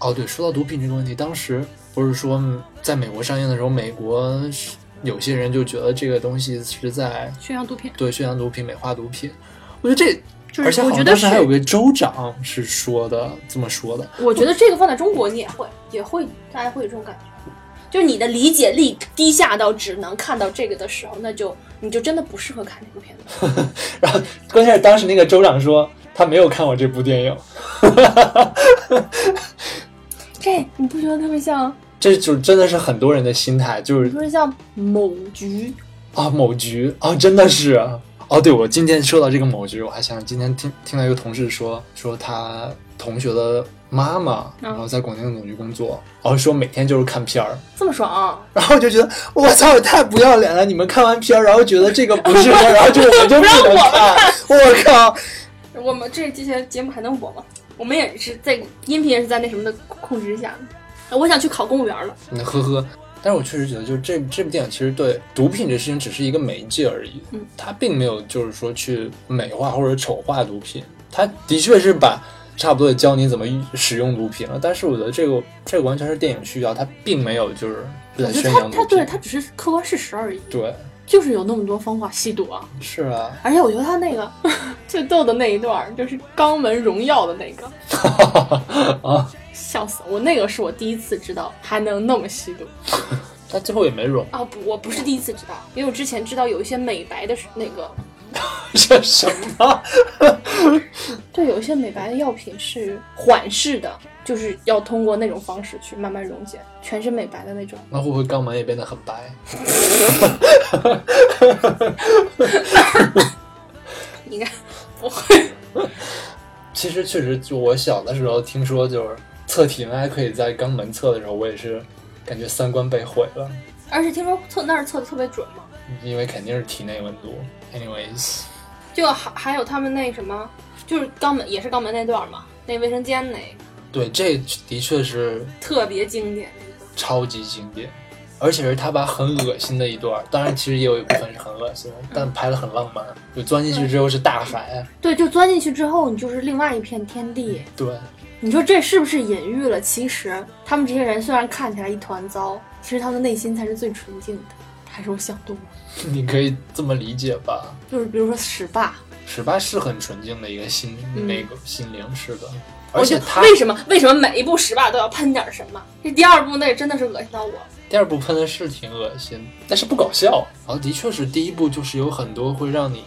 哦，对，说到毒品这个问题，当时不是说嗯在美国上映的时候，美国是有些人就觉得这个东西是在
宣扬毒品，
对宣扬毒品、美化毒品。我觉得这，
就
而且
是
好
我
像当
觉得
时
是，
还有个州长是说的这么说的，
我觉得这个放在中国你也会，也会，大家会有这种感觉。就是你的理解力低下到只能看到这个的时候，那就你就真的不适合看这部片子。
然后关键是当时那个州长说他没有看我这部电影，
这你不觉得特别像，
这就真的是很多人的心态，就是
特别像某局？
啊，某局啊，真的是啊哦。对，我今天说到这个某局，我还想今天听听到一个同事说，说他同学的妈妈，然后在广电总局工作，然后说每天就是看片儿，
这么爽、
然后我就觉得我操，也太不要脸了！你们看完片儿，然后觉得这个不适 合，然后就我就不能看，我靠！
我们这这些节目还能播吗？我们也是在音频也是在那什么的控制之下的。我想去考公务员了。
嗯，呵呵。但是我确实觉得，就是这这部电影其实对毒品这事情只是一个媒介而已，
嗯
它并没有就是说去美化或者丑化毒品，它的确是把差不多也教你怎么使用毒品了。但是我觉得这个这个完全是电影需要，它并没有就是
我
在
觉得
宣
他
扬
他
毒
对
品。
他只是客观事实而已，
对，
就是有那么多方法吸毒啊。
是啊，
而且我觉得他那个 最逗的那一段儿就是肛门荣耀的那个，
啊，
笑死我！那个是我第一次知道还能那么吸毒
但最后也没融，
啊！不，我不是第一次知道，因为我之前知道有一些美白的是那个，
这什么？
对，有一些美白的药品是缓释的，就是要通过那种方式去慢慢溶解，全身美白的那种。
那会不会肛门也变得很白？
应该不会。
其实确实，就我小的时候听说，就是测体温还可以在肛门测的时候，我也是感觉三观被毁了。
而且听说测那儿测的特别准嘛，
因为肯定是体内温度。Anyways，
就还还有他们那什么，就是肛门也是肛门那段儿嘛，那卫生间那个
对，这的确是
特别经典。
超级经典，而且是他把很恶心的一段，当然其实也有一部分是很恶心的，但拍的很浪漫。就钻进去之后是大海，
对，就钻进去之后，你就是另外一片天地。
对，
你说这是不是隐喻了？其实他们这些人虽然看起来一团糟，其实他们的内心才是最纯净的。还是我想多了，
你可以这么理解吧。
就是比如说屎爸，
十八是很纯净的一个心，
嗯
那个心灵是的，而且他
为什么为什么每一部屎爸都要喷点什么？这第二部那真的是恶心到我。
第二部喷的是挺恶心，但是不搞笑。然后的确是第一部就是有很多会让你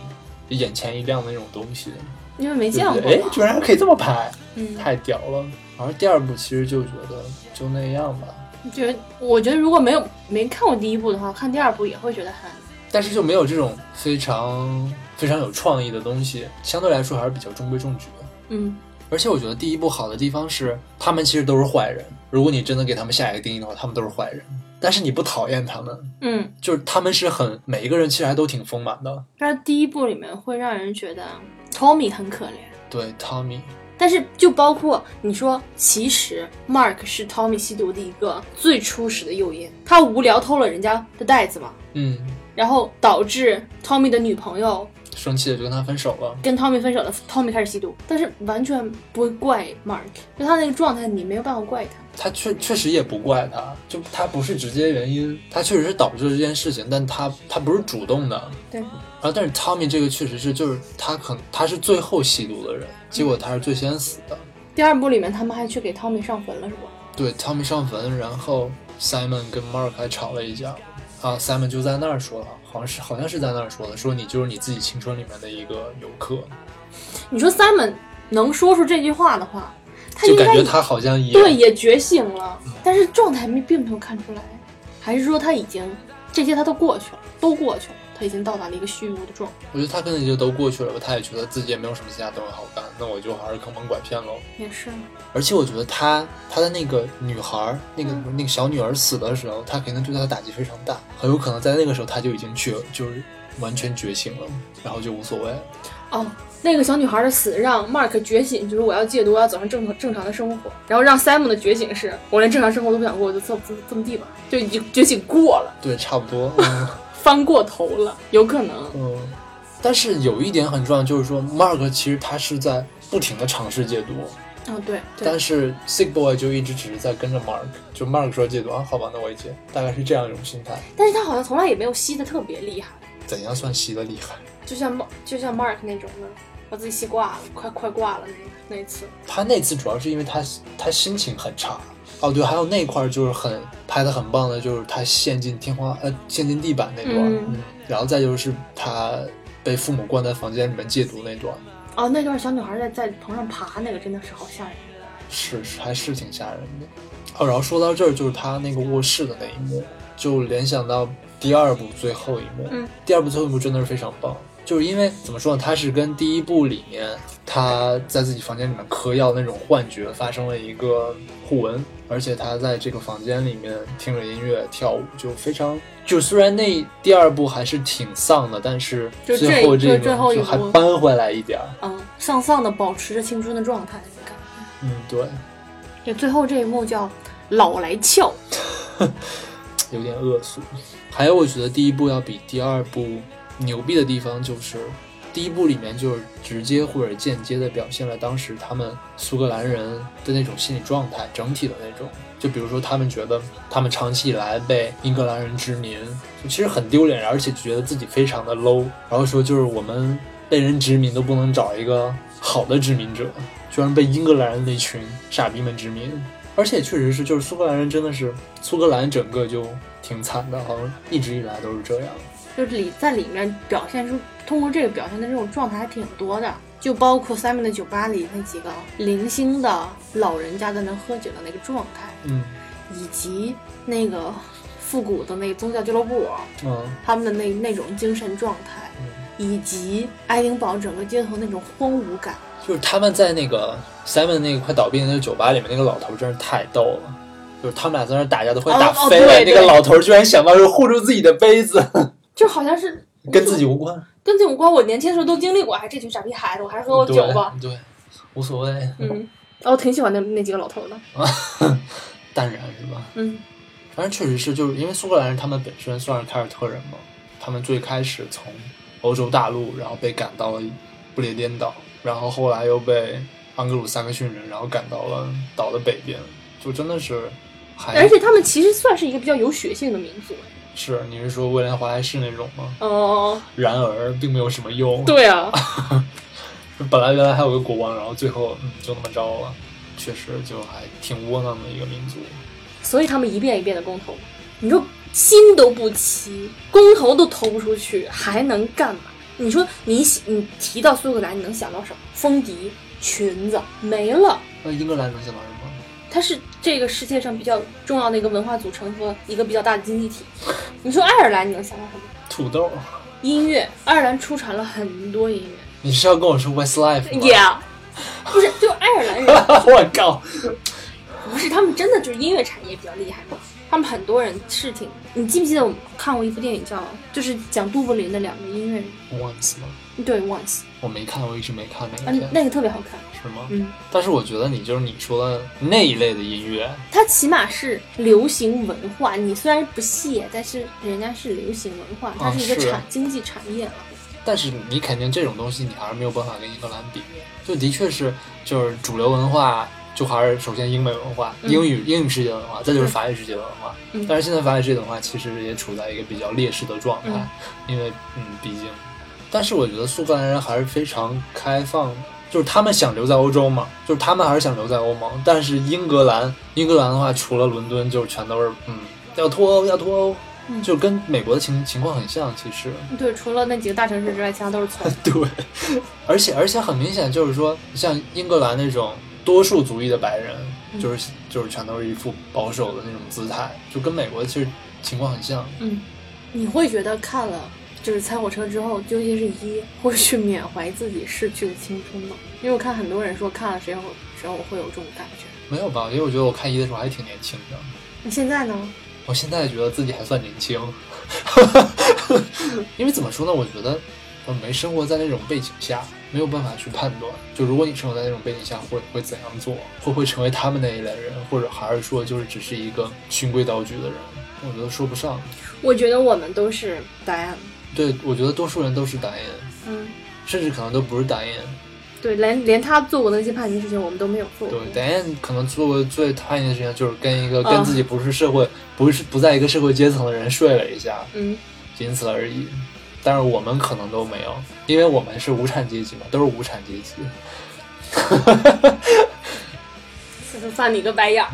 眼前一亮的那种东西，
因为没
对
见过
不
嘛，
对？哎，居然还可以这么拍。
嗯，
太屌了。然后第二部其实就觉得就那样吧，
觉得我觉得如果没有没看过第一部的话，看第二部也会觉得很
但是就没有这种非常非常有创意的东西，相对来说还是比较中规中矩的。
嗯
而且我觉得第一部好的地方是，他们其实都是坏人。如果你真的给他们下一个定义的话，他们都是坏人。但是你不讨厌他们，
嗯。
就是他们是很每一个人其实还都挺丰满的。
但是第一部里面会让人觉得 Tommy 很可怜，
对，Tommy，
但是就包括你说，其实 Mark 是 Tommy 吸毒的一个最初始的诱因，他无聊偷了人家的袋子嘛，
嗯，
然后导致 Tommy 的女朋友
生气了就跟他分手了。
跟 Tommy 分手了，Tommy 开始吸毒，但是完全不会怪 Mark，就他那个状态你没有办法怪他。
他确确实也不怪他，就他不是直接原因，他确实是导致这件事情，但他他不是主动的。
对。
啊，但是 Tommy 这个确实是，就是他可能他是最后吸毒的人，结果他是最先死的。
第二部里面他们还去给 Tommy 上坟了是吧？
对，Tommy 上坟，然后 Simon 跟 Mark 还吵了一架。啊，Simon 就在那儿说了，好像是好像是在那儿说的，说你就是你自己青春里面的一个游客，
你说 Simon 能说出这句话的话，他
就
应
感
该
觉
也
他好像也
对也觉醒了，但是状态没并没有看出来，还是说他已经这些他都过去了，都过去了，他已经到达了一个虚无的状态。
我觉得他可能也就都过去了吧，他也觉得自己也没有什么其他东西好干，那我就还是坑蒙拐骗喽。
也是，
而且我觉得他他的那个女孩儿，那个那个小女儿死的时候，他肯定对她的打击非常大，很有可能在那个时候他就已经觉就是完全觉醒了，然后就无所谓了。
哦，那个小女孩的死让 Mark 觉醒，就是我要戒毒，我要走上正常正常的生活。然后让 Simon 的觉醒是，我连正常生活都不想过，我就这这这么地吧，就已经觉醒过了，
对，差不多。嗯
翻过头了，有可能。
嗯，但是有一点很重要，就是说 Mark 其实他是在不停的尝试戒毒，
哦，对对
但，是 Sick Boy 就一直只是在跟着 Mark，就 Mark 说戒毒啊，好吧，那我也戒，大概是这样一种心态。
但是他好像从来也没有吸的特别厉害。
怎样算吸的厉害？
就像 Mar- 就像 Mark 那种的，把自己气挂了，快快挂了那那一次。
他那次主要是因为他他心情很差。哦，对，还有那块儿就是很拍的很棒的，就是他陷进天花呃陷进地板那段，
嗯
然后再就是他被父母关在房间里面戒毒那段，
哦，那段小女孩在在棚上爬，那个真的是好吓人。
是是还是挺吓人的。哦，然后说到这儿，就是他那个卧室的那一幕，就联想到第二部最后一幕。
嗯，
第二部最后一幕真的是非常棒，就是因为怎么说呢，他是跟第一部里面他在自己房间里面嗑药那种幻觉发生了一个互文，而且他在这个房间里面听着音乐跳舞，就非常就虽然那第二部还是挺丧的，但是
就这
最后这
就
个
最后一
就还
幕
扳回来一点儿。
嗯，丧丧的保持着青春的状态，你看。
嗯，对，
对，最后这一幕叫老来俏。
有点恶俗。还有，我觉得第一部要比第二部牛逼的地方就是，第一部里面就是直接或者间接的表现了当时他们苏格兰人的那种心理状态，整体的那种。就比如说，他们觉得他们长期以来被英格兰人殖民，就其实很丢脸，而且觉得自己非常的 low。然后说，就是我们被人殖民都不能找一个好的殖民者，居然被英格兰人那群傻逼们殖民。而且确实是，就是苏格兰人真的是苏格兰整个就挺惨的，好像一直以来都是这样。
就是里在里面表现出通过这个表现的这种状态还挺多的，就包括 Simon 的酒吧里那几个零星的老人家在那喝酒的那个状态，
嗯
以及那个复古的那个宗教俱乐部
嗯
他们的那那种精神状态，
嗯，
以及爱丁堡整个街头那种荒芜感。
就是他们在那个 Simon 那个快倒闭的那个酒吧里面，那个老头真是太逗了。就是他们俩在那儿打架都快打
哦哦
飞了，
对对
那个老头居然想到是护住自己的杯子，
就好像是
跟自己无关。
跟这种光，我年轻的时候都经历过，哎还是这群傻逼孩子，我还是喝喝酒 吧。
对，对，无所谓，
嗯，哦，我挺喜欢那那几个老头的。
淡然是吧？
嗯，
反正确实是，就是因为苏格兰人他们本身算是凯尔特人嘛，他们最开始从欧洲大陆，然后被赶到了不列颠岛，然后后来又被盎格鲁撒克逊人，然后赶到了岛的北边，就真的是还
而且他们其实算是一个比较有血性的民族。
是你是说威廉华莱士那种吗？
哦、
然而并没有什么用，
对啊，
本来原来还有个国王，然后最后嗯就那么着了，确实就还挺窝囊的一个民族。
所以他们一遍一遍的公投，你说心都不齐，公投都投不出去，还能干嘛？你说你喜你提到苏格兰，你能想到什么？风笛、裙子没了，
那英格兰能想到什么？
它是这个世界上比较重要的一个文化组成和一个比较大的经济体。你说爱尔兰，你能想到什么？
土豆？
音乐，爱尔兰出产了很多音乐
你是要跟我说 Westlife 吗
，Yeah，不是，就爱尔兰人。
我靠！
不是，他们真的就是音乐产业比较厉害嘛。他们很多人是挺，你记不记得我们看过一部电影叫，就是讲杜柏林的两个音乐
Once 吗？
人，对，Once，
我没看，我一直没看那个
嗯
片，，
那个特别好看，
是吗？
嗯，
但是我觉得你就是你说的那一类的音乐，
它起码是流行文化，你虽然不屑，但是人家是流行文化，它
啊
是一个
是
产、经济产业了。
但是你肯定这种东西你还是没有办法跟英格兰比，就的确是就是主流文化。就还是首先英美文化、
嗯
英语英语世界文化，再就是
嗯
法语世界文化。
嗯
但是现在法语世界文化其实也处在一个比较劣势的状态，
嗯
因为嗯，毕竟，但是我觉得苏格兰人还是非常开放，就是他们想留在欧洲嘛，就是他们还是想留在欧盟。但是英格兰，英格兰的话，除了伦敦，就全都是嗯，要脱欧，要脱欧，
嗯
就跟美国的情情况很像，其实。
对，除了那几个大城市之外，其他都是从
对，而且而且很明显就是说，像英格兰那种多数族裔的白人，
嗯
就是就是全都是一副保守的那种姿态，就跟美国其实情况很像。
嗯，你会觉得看了就是《猜火车》之后，究竟是一会去缅怀自己逝去的青春吗？因为我看很多人说看了之后之后会有这种感觉。
没有吧？因为我觉得我看一的时候还挺年轻的，
那现在呢？
我现在觉得自己还算年轻， 因为怎么说呢？我觉得我没生活在那种背景下，没有办法去判断。就如果你生活在那种背景下，会会怎样做？会不会成为他们那一类人，或者还是说就是只是一个循规蹈矩的人？我觉得说不上。
我觉得我们都是答案。
对，我觉得多数人都是打印，
嗯，
甚至可能都不是打印。
对，连连他做过的那些叛逆事情，我们都没有做
对
过。，
打印可能做过最讨厌的事情就是跟一个
嗯
跟自己不是社会、不是不在一个社会阶层的人睡了一下，
嗯，
仅此而已。但是我们可能都没有，因为我们是无产阶级嘛，都是无产阶级。
翻你个白眼儿。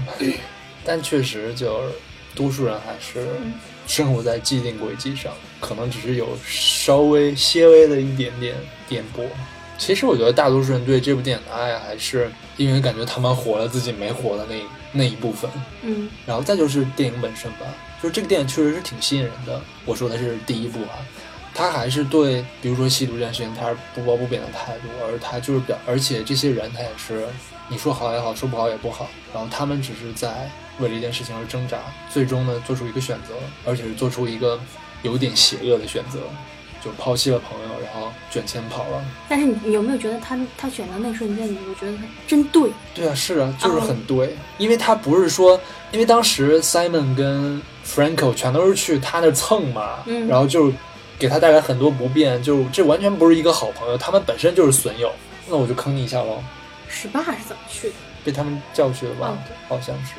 但确实就是多数人还是生活在既定轨迹上，可能只是有稍微些微的一点点颠簸。其实我觉得大多数人对这部电影的爱，还是因为感觉他们活了自己没活的那那一部分。
嗯
然后再就是电影本身吧，就是这个电影确实是挺吸引人的。我说它是第一部啊，它还是对比如说吸毒这件事情，它是不褒不贬的态度，而它就是表，而且这些人他也是，你说好也好，说不好也不好，然后他们只是在为了一件事情而挣扎，最终呢做出一个选择，而且是做出一个有点邪恶的选择，就抛弃了朋友，然后卷钱跑了。
但是你你有没有觉得他他选的那瞬间，你我觉得他真对，
对啊，是啊，就是很对，因为他不是说，因为当时 Simon 跟 Franco 全都是去他那儿蹭嘛，
嗯
然后就给他带来很多不便，就这完全不是一个好朋友，他们本身就是损友，那我就坑你一下喽，
十八是怎么去的？
被他们教训了吧，
嗯
好像是，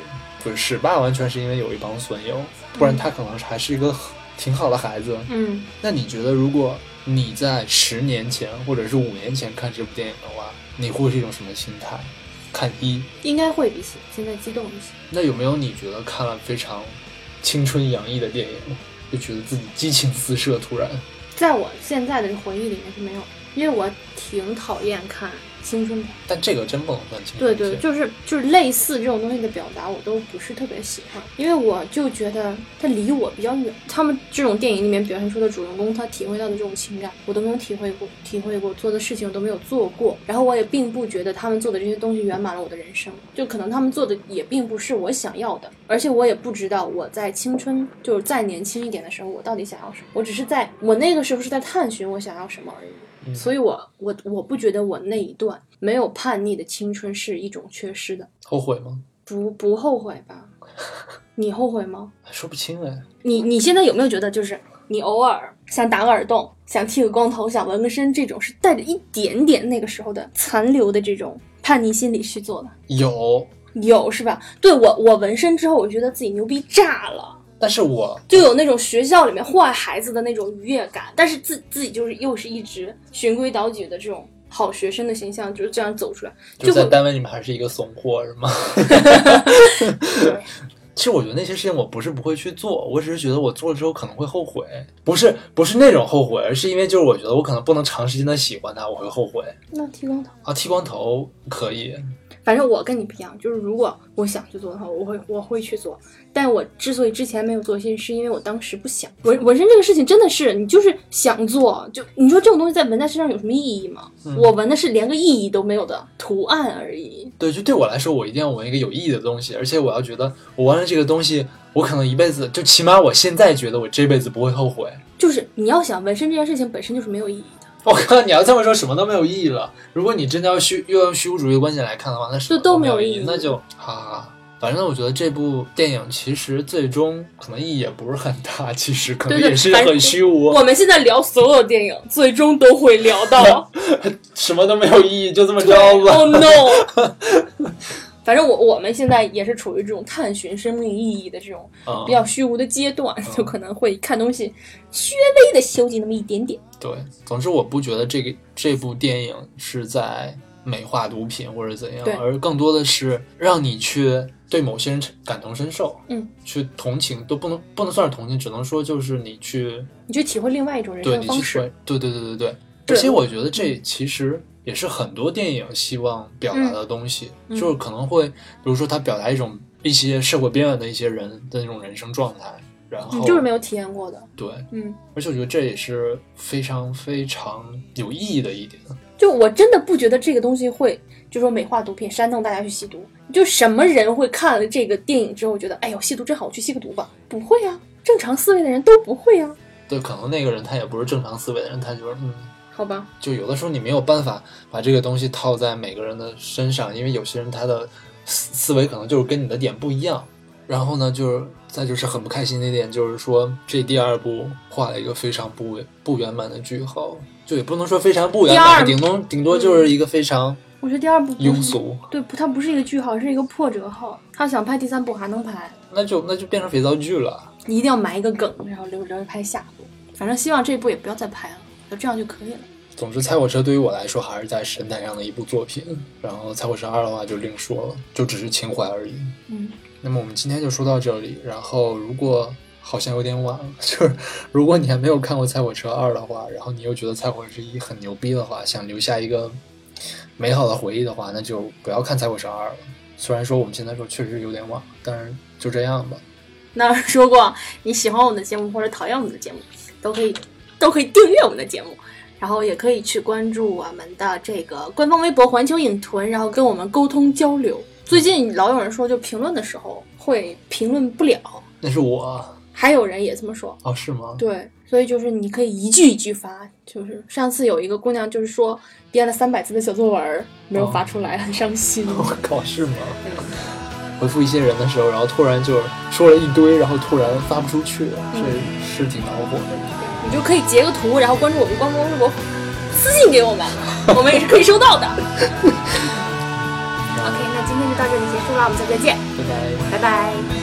不是史爸完全是因为有一帮损友，不然他可能还是一个挺好的孩子。
嗯，
那你觉得如果你在十年前或者是五年前看这部电影的话，你会是一种什么心态？看一。
应该会比现现在激动一些。
那有没有你觉得看了非常青春洋溢的电影，就觉得自己激情四射？突然，
在我现在的回忆里面是没有的，因为我挺讨厌看青春片。
但这个真不能算青
对
春
对，
片。
就是就是类似这种东西的表达，我都不是特别喜欢，因为我就觉得它离我比较远。他们这种电影里面表现出的主人公他体会到的这种情感，我都没有体会过，体会过做的事情我都没有做过，然后我也并不觉得他们做的这些东西圆满了我的人生，就可能他们做的也并不是我想要的，而且我也不知道我在青春就是再年轻一点的时候我到底想要什么，我只是在我那个时候是在探寻我想要什么而已。所以我我我不觉得我那一段没有叛逆的青春是一种缺失的，
后悔吗？
不不后悔吧？你后悔吗？
说不清哎。
你你现在有没有觉得，就是你偶尔想打个耳洞，想剃个光头，想纹个身，这种是带着一点点那个时候的残留的这种叛逆心理去做的？
有，
有是吧？对我我纹身之后，我觉得自己牛逼炸了。
但是我
就有那种学校里面坏孩子的那种愉悦感，但是自自己就是又是一直循规蹈矩的这种好学生的形象，就是这样走出来，
就
就
在
会
单位里面还是一个怂货，是吗？
对
其实我觉得那些事情我不是不会去做，我只是觉得我做了之后可能会后悔，不是不是那种后悔，而是因为就是我觉得我可能不能长时间的喜欢他，我会后悔
那剃光头。
啊。剃光头可以，
反正我跟你不一样，就是如果我想去做的话，我会我会去做。但我之所以之前没有做，其实是因为我当时不想纹纹身这个事情，真的是你就是想做，就你说这种东西在纹在身上有什么意义吗？
嗯
我纹的是连个意义都没有的图案而已。
对，就对我来说，我一定要纹一个有意义的东西，而且我要觉得我纹了这个东西，我可能一辈子，就起码我现在觉得我这辈子不会后悔。
就是你要想纹身这件事情本身就是没有意义的。
我靠，你要这么说，什么都没有意义了。如果你真的要虚，又用虚无主义的观点来看的话，那什么
就都
没
没有
意
意义
那就哈哈哈。反正我觉得这部电影其实最终可能意义也不是很大，其实可能
对对
也是
反正
很虚无，
我们现在聊所有电影，最终都会聊 到
什么都没有意义，就这么着吧。
Oh no！反正我我们现在也是处于这种探寻生命意义的这种
嗯
比较虚无的阶段，就可能会看东西稍微的修集那么一点点。
对，总之我不觉得这个这部电影是在美化毒品或者怎样
对，
而更多的是让你去对某些人感同身受，
嗯，
去同情都不能不能算是同情，只能说就是你去
你去体会另外一种人
对
生
你
的方
去
式。
说，对对对对对。而
对
且我觉得这其实也是很多电影希望表达的东西，
嗯
就是可能会，比如说他表达一种一些社会边缘的一些人的那种人生状态，然后、
嗯，就是没有体验过的，
对，
嗯，
而且我觉得这也是非常非常有意义的一点。
就我真的不觉得这个东西会，就说美化毒品，煽动大家去吸毒。就什么人会看了这个电影之后觉得，哎呦，吸毒真好，我去吸个毒吧？不会啊，正常思维的人都不会啊，
对，可能那个人他也不是正常思维的人，他就是嗯，
好吧？
就有的时候你没有办法把这个东西套在每个人的身上，因为有些人他的思思维可能就是跟你的点不一样。然后呢，就是再就是很不开心的一点，就是说这第二部画了一个非常不不圆满的句号，就也不能说非常不圆满，
第
顶多顶多就是一个非常
我觉得第二部不
庸俗，
对，不，它不是一个句号，是一个破折号。他想拍第三部还能拍，
那就那就变成肥皂剧了。
你一定要埋一个梗，然后留留着拍下部。反正希望这一部也不要再拍了，就这样就可以了。
总之，《猜火车》对于我来说还是在神坛上的一部作品。然后，《猜火车二》的话就另说了，就只是情怀而已。
嗯，
那么我们今天就说到这里。然后，如果好像有点晚了，就是如果你还没有看过《猜火车二》的话，然后你又觉得《猜火车一》很牛逼的话，想留下一个美好的回忆的话，那就不要看《猜火车二》了。虽然说我们现在说确实有点晚，但是就这样吧。
那如果你喜欢我们的节目或者讨厌我们的节目，都可以都可以订阅我们的节目，然后也可以去关注我们的这个官方微博“环球影屯”，然后跟我们沟通交流。最近老有人说，就评论的时候会评论不了，
那是我
还有人也这么说。
哦，是吗？
对，所以就是你可以一句一句发，就是上次有一个姑娘就是说编了三百字的小作文儿没有发出来，很伤心。
我靠，是吗？回复一些人的时候，然后突然就说了一堆，然后突然发不出去，这是挺恼火的。
你就可以截个图，然后关注我们官方微博，私信给我们，我们也是可以收到的。嗯
OK，那今天就到这里结束了，我们下次再见，
拜拜。
拜拜。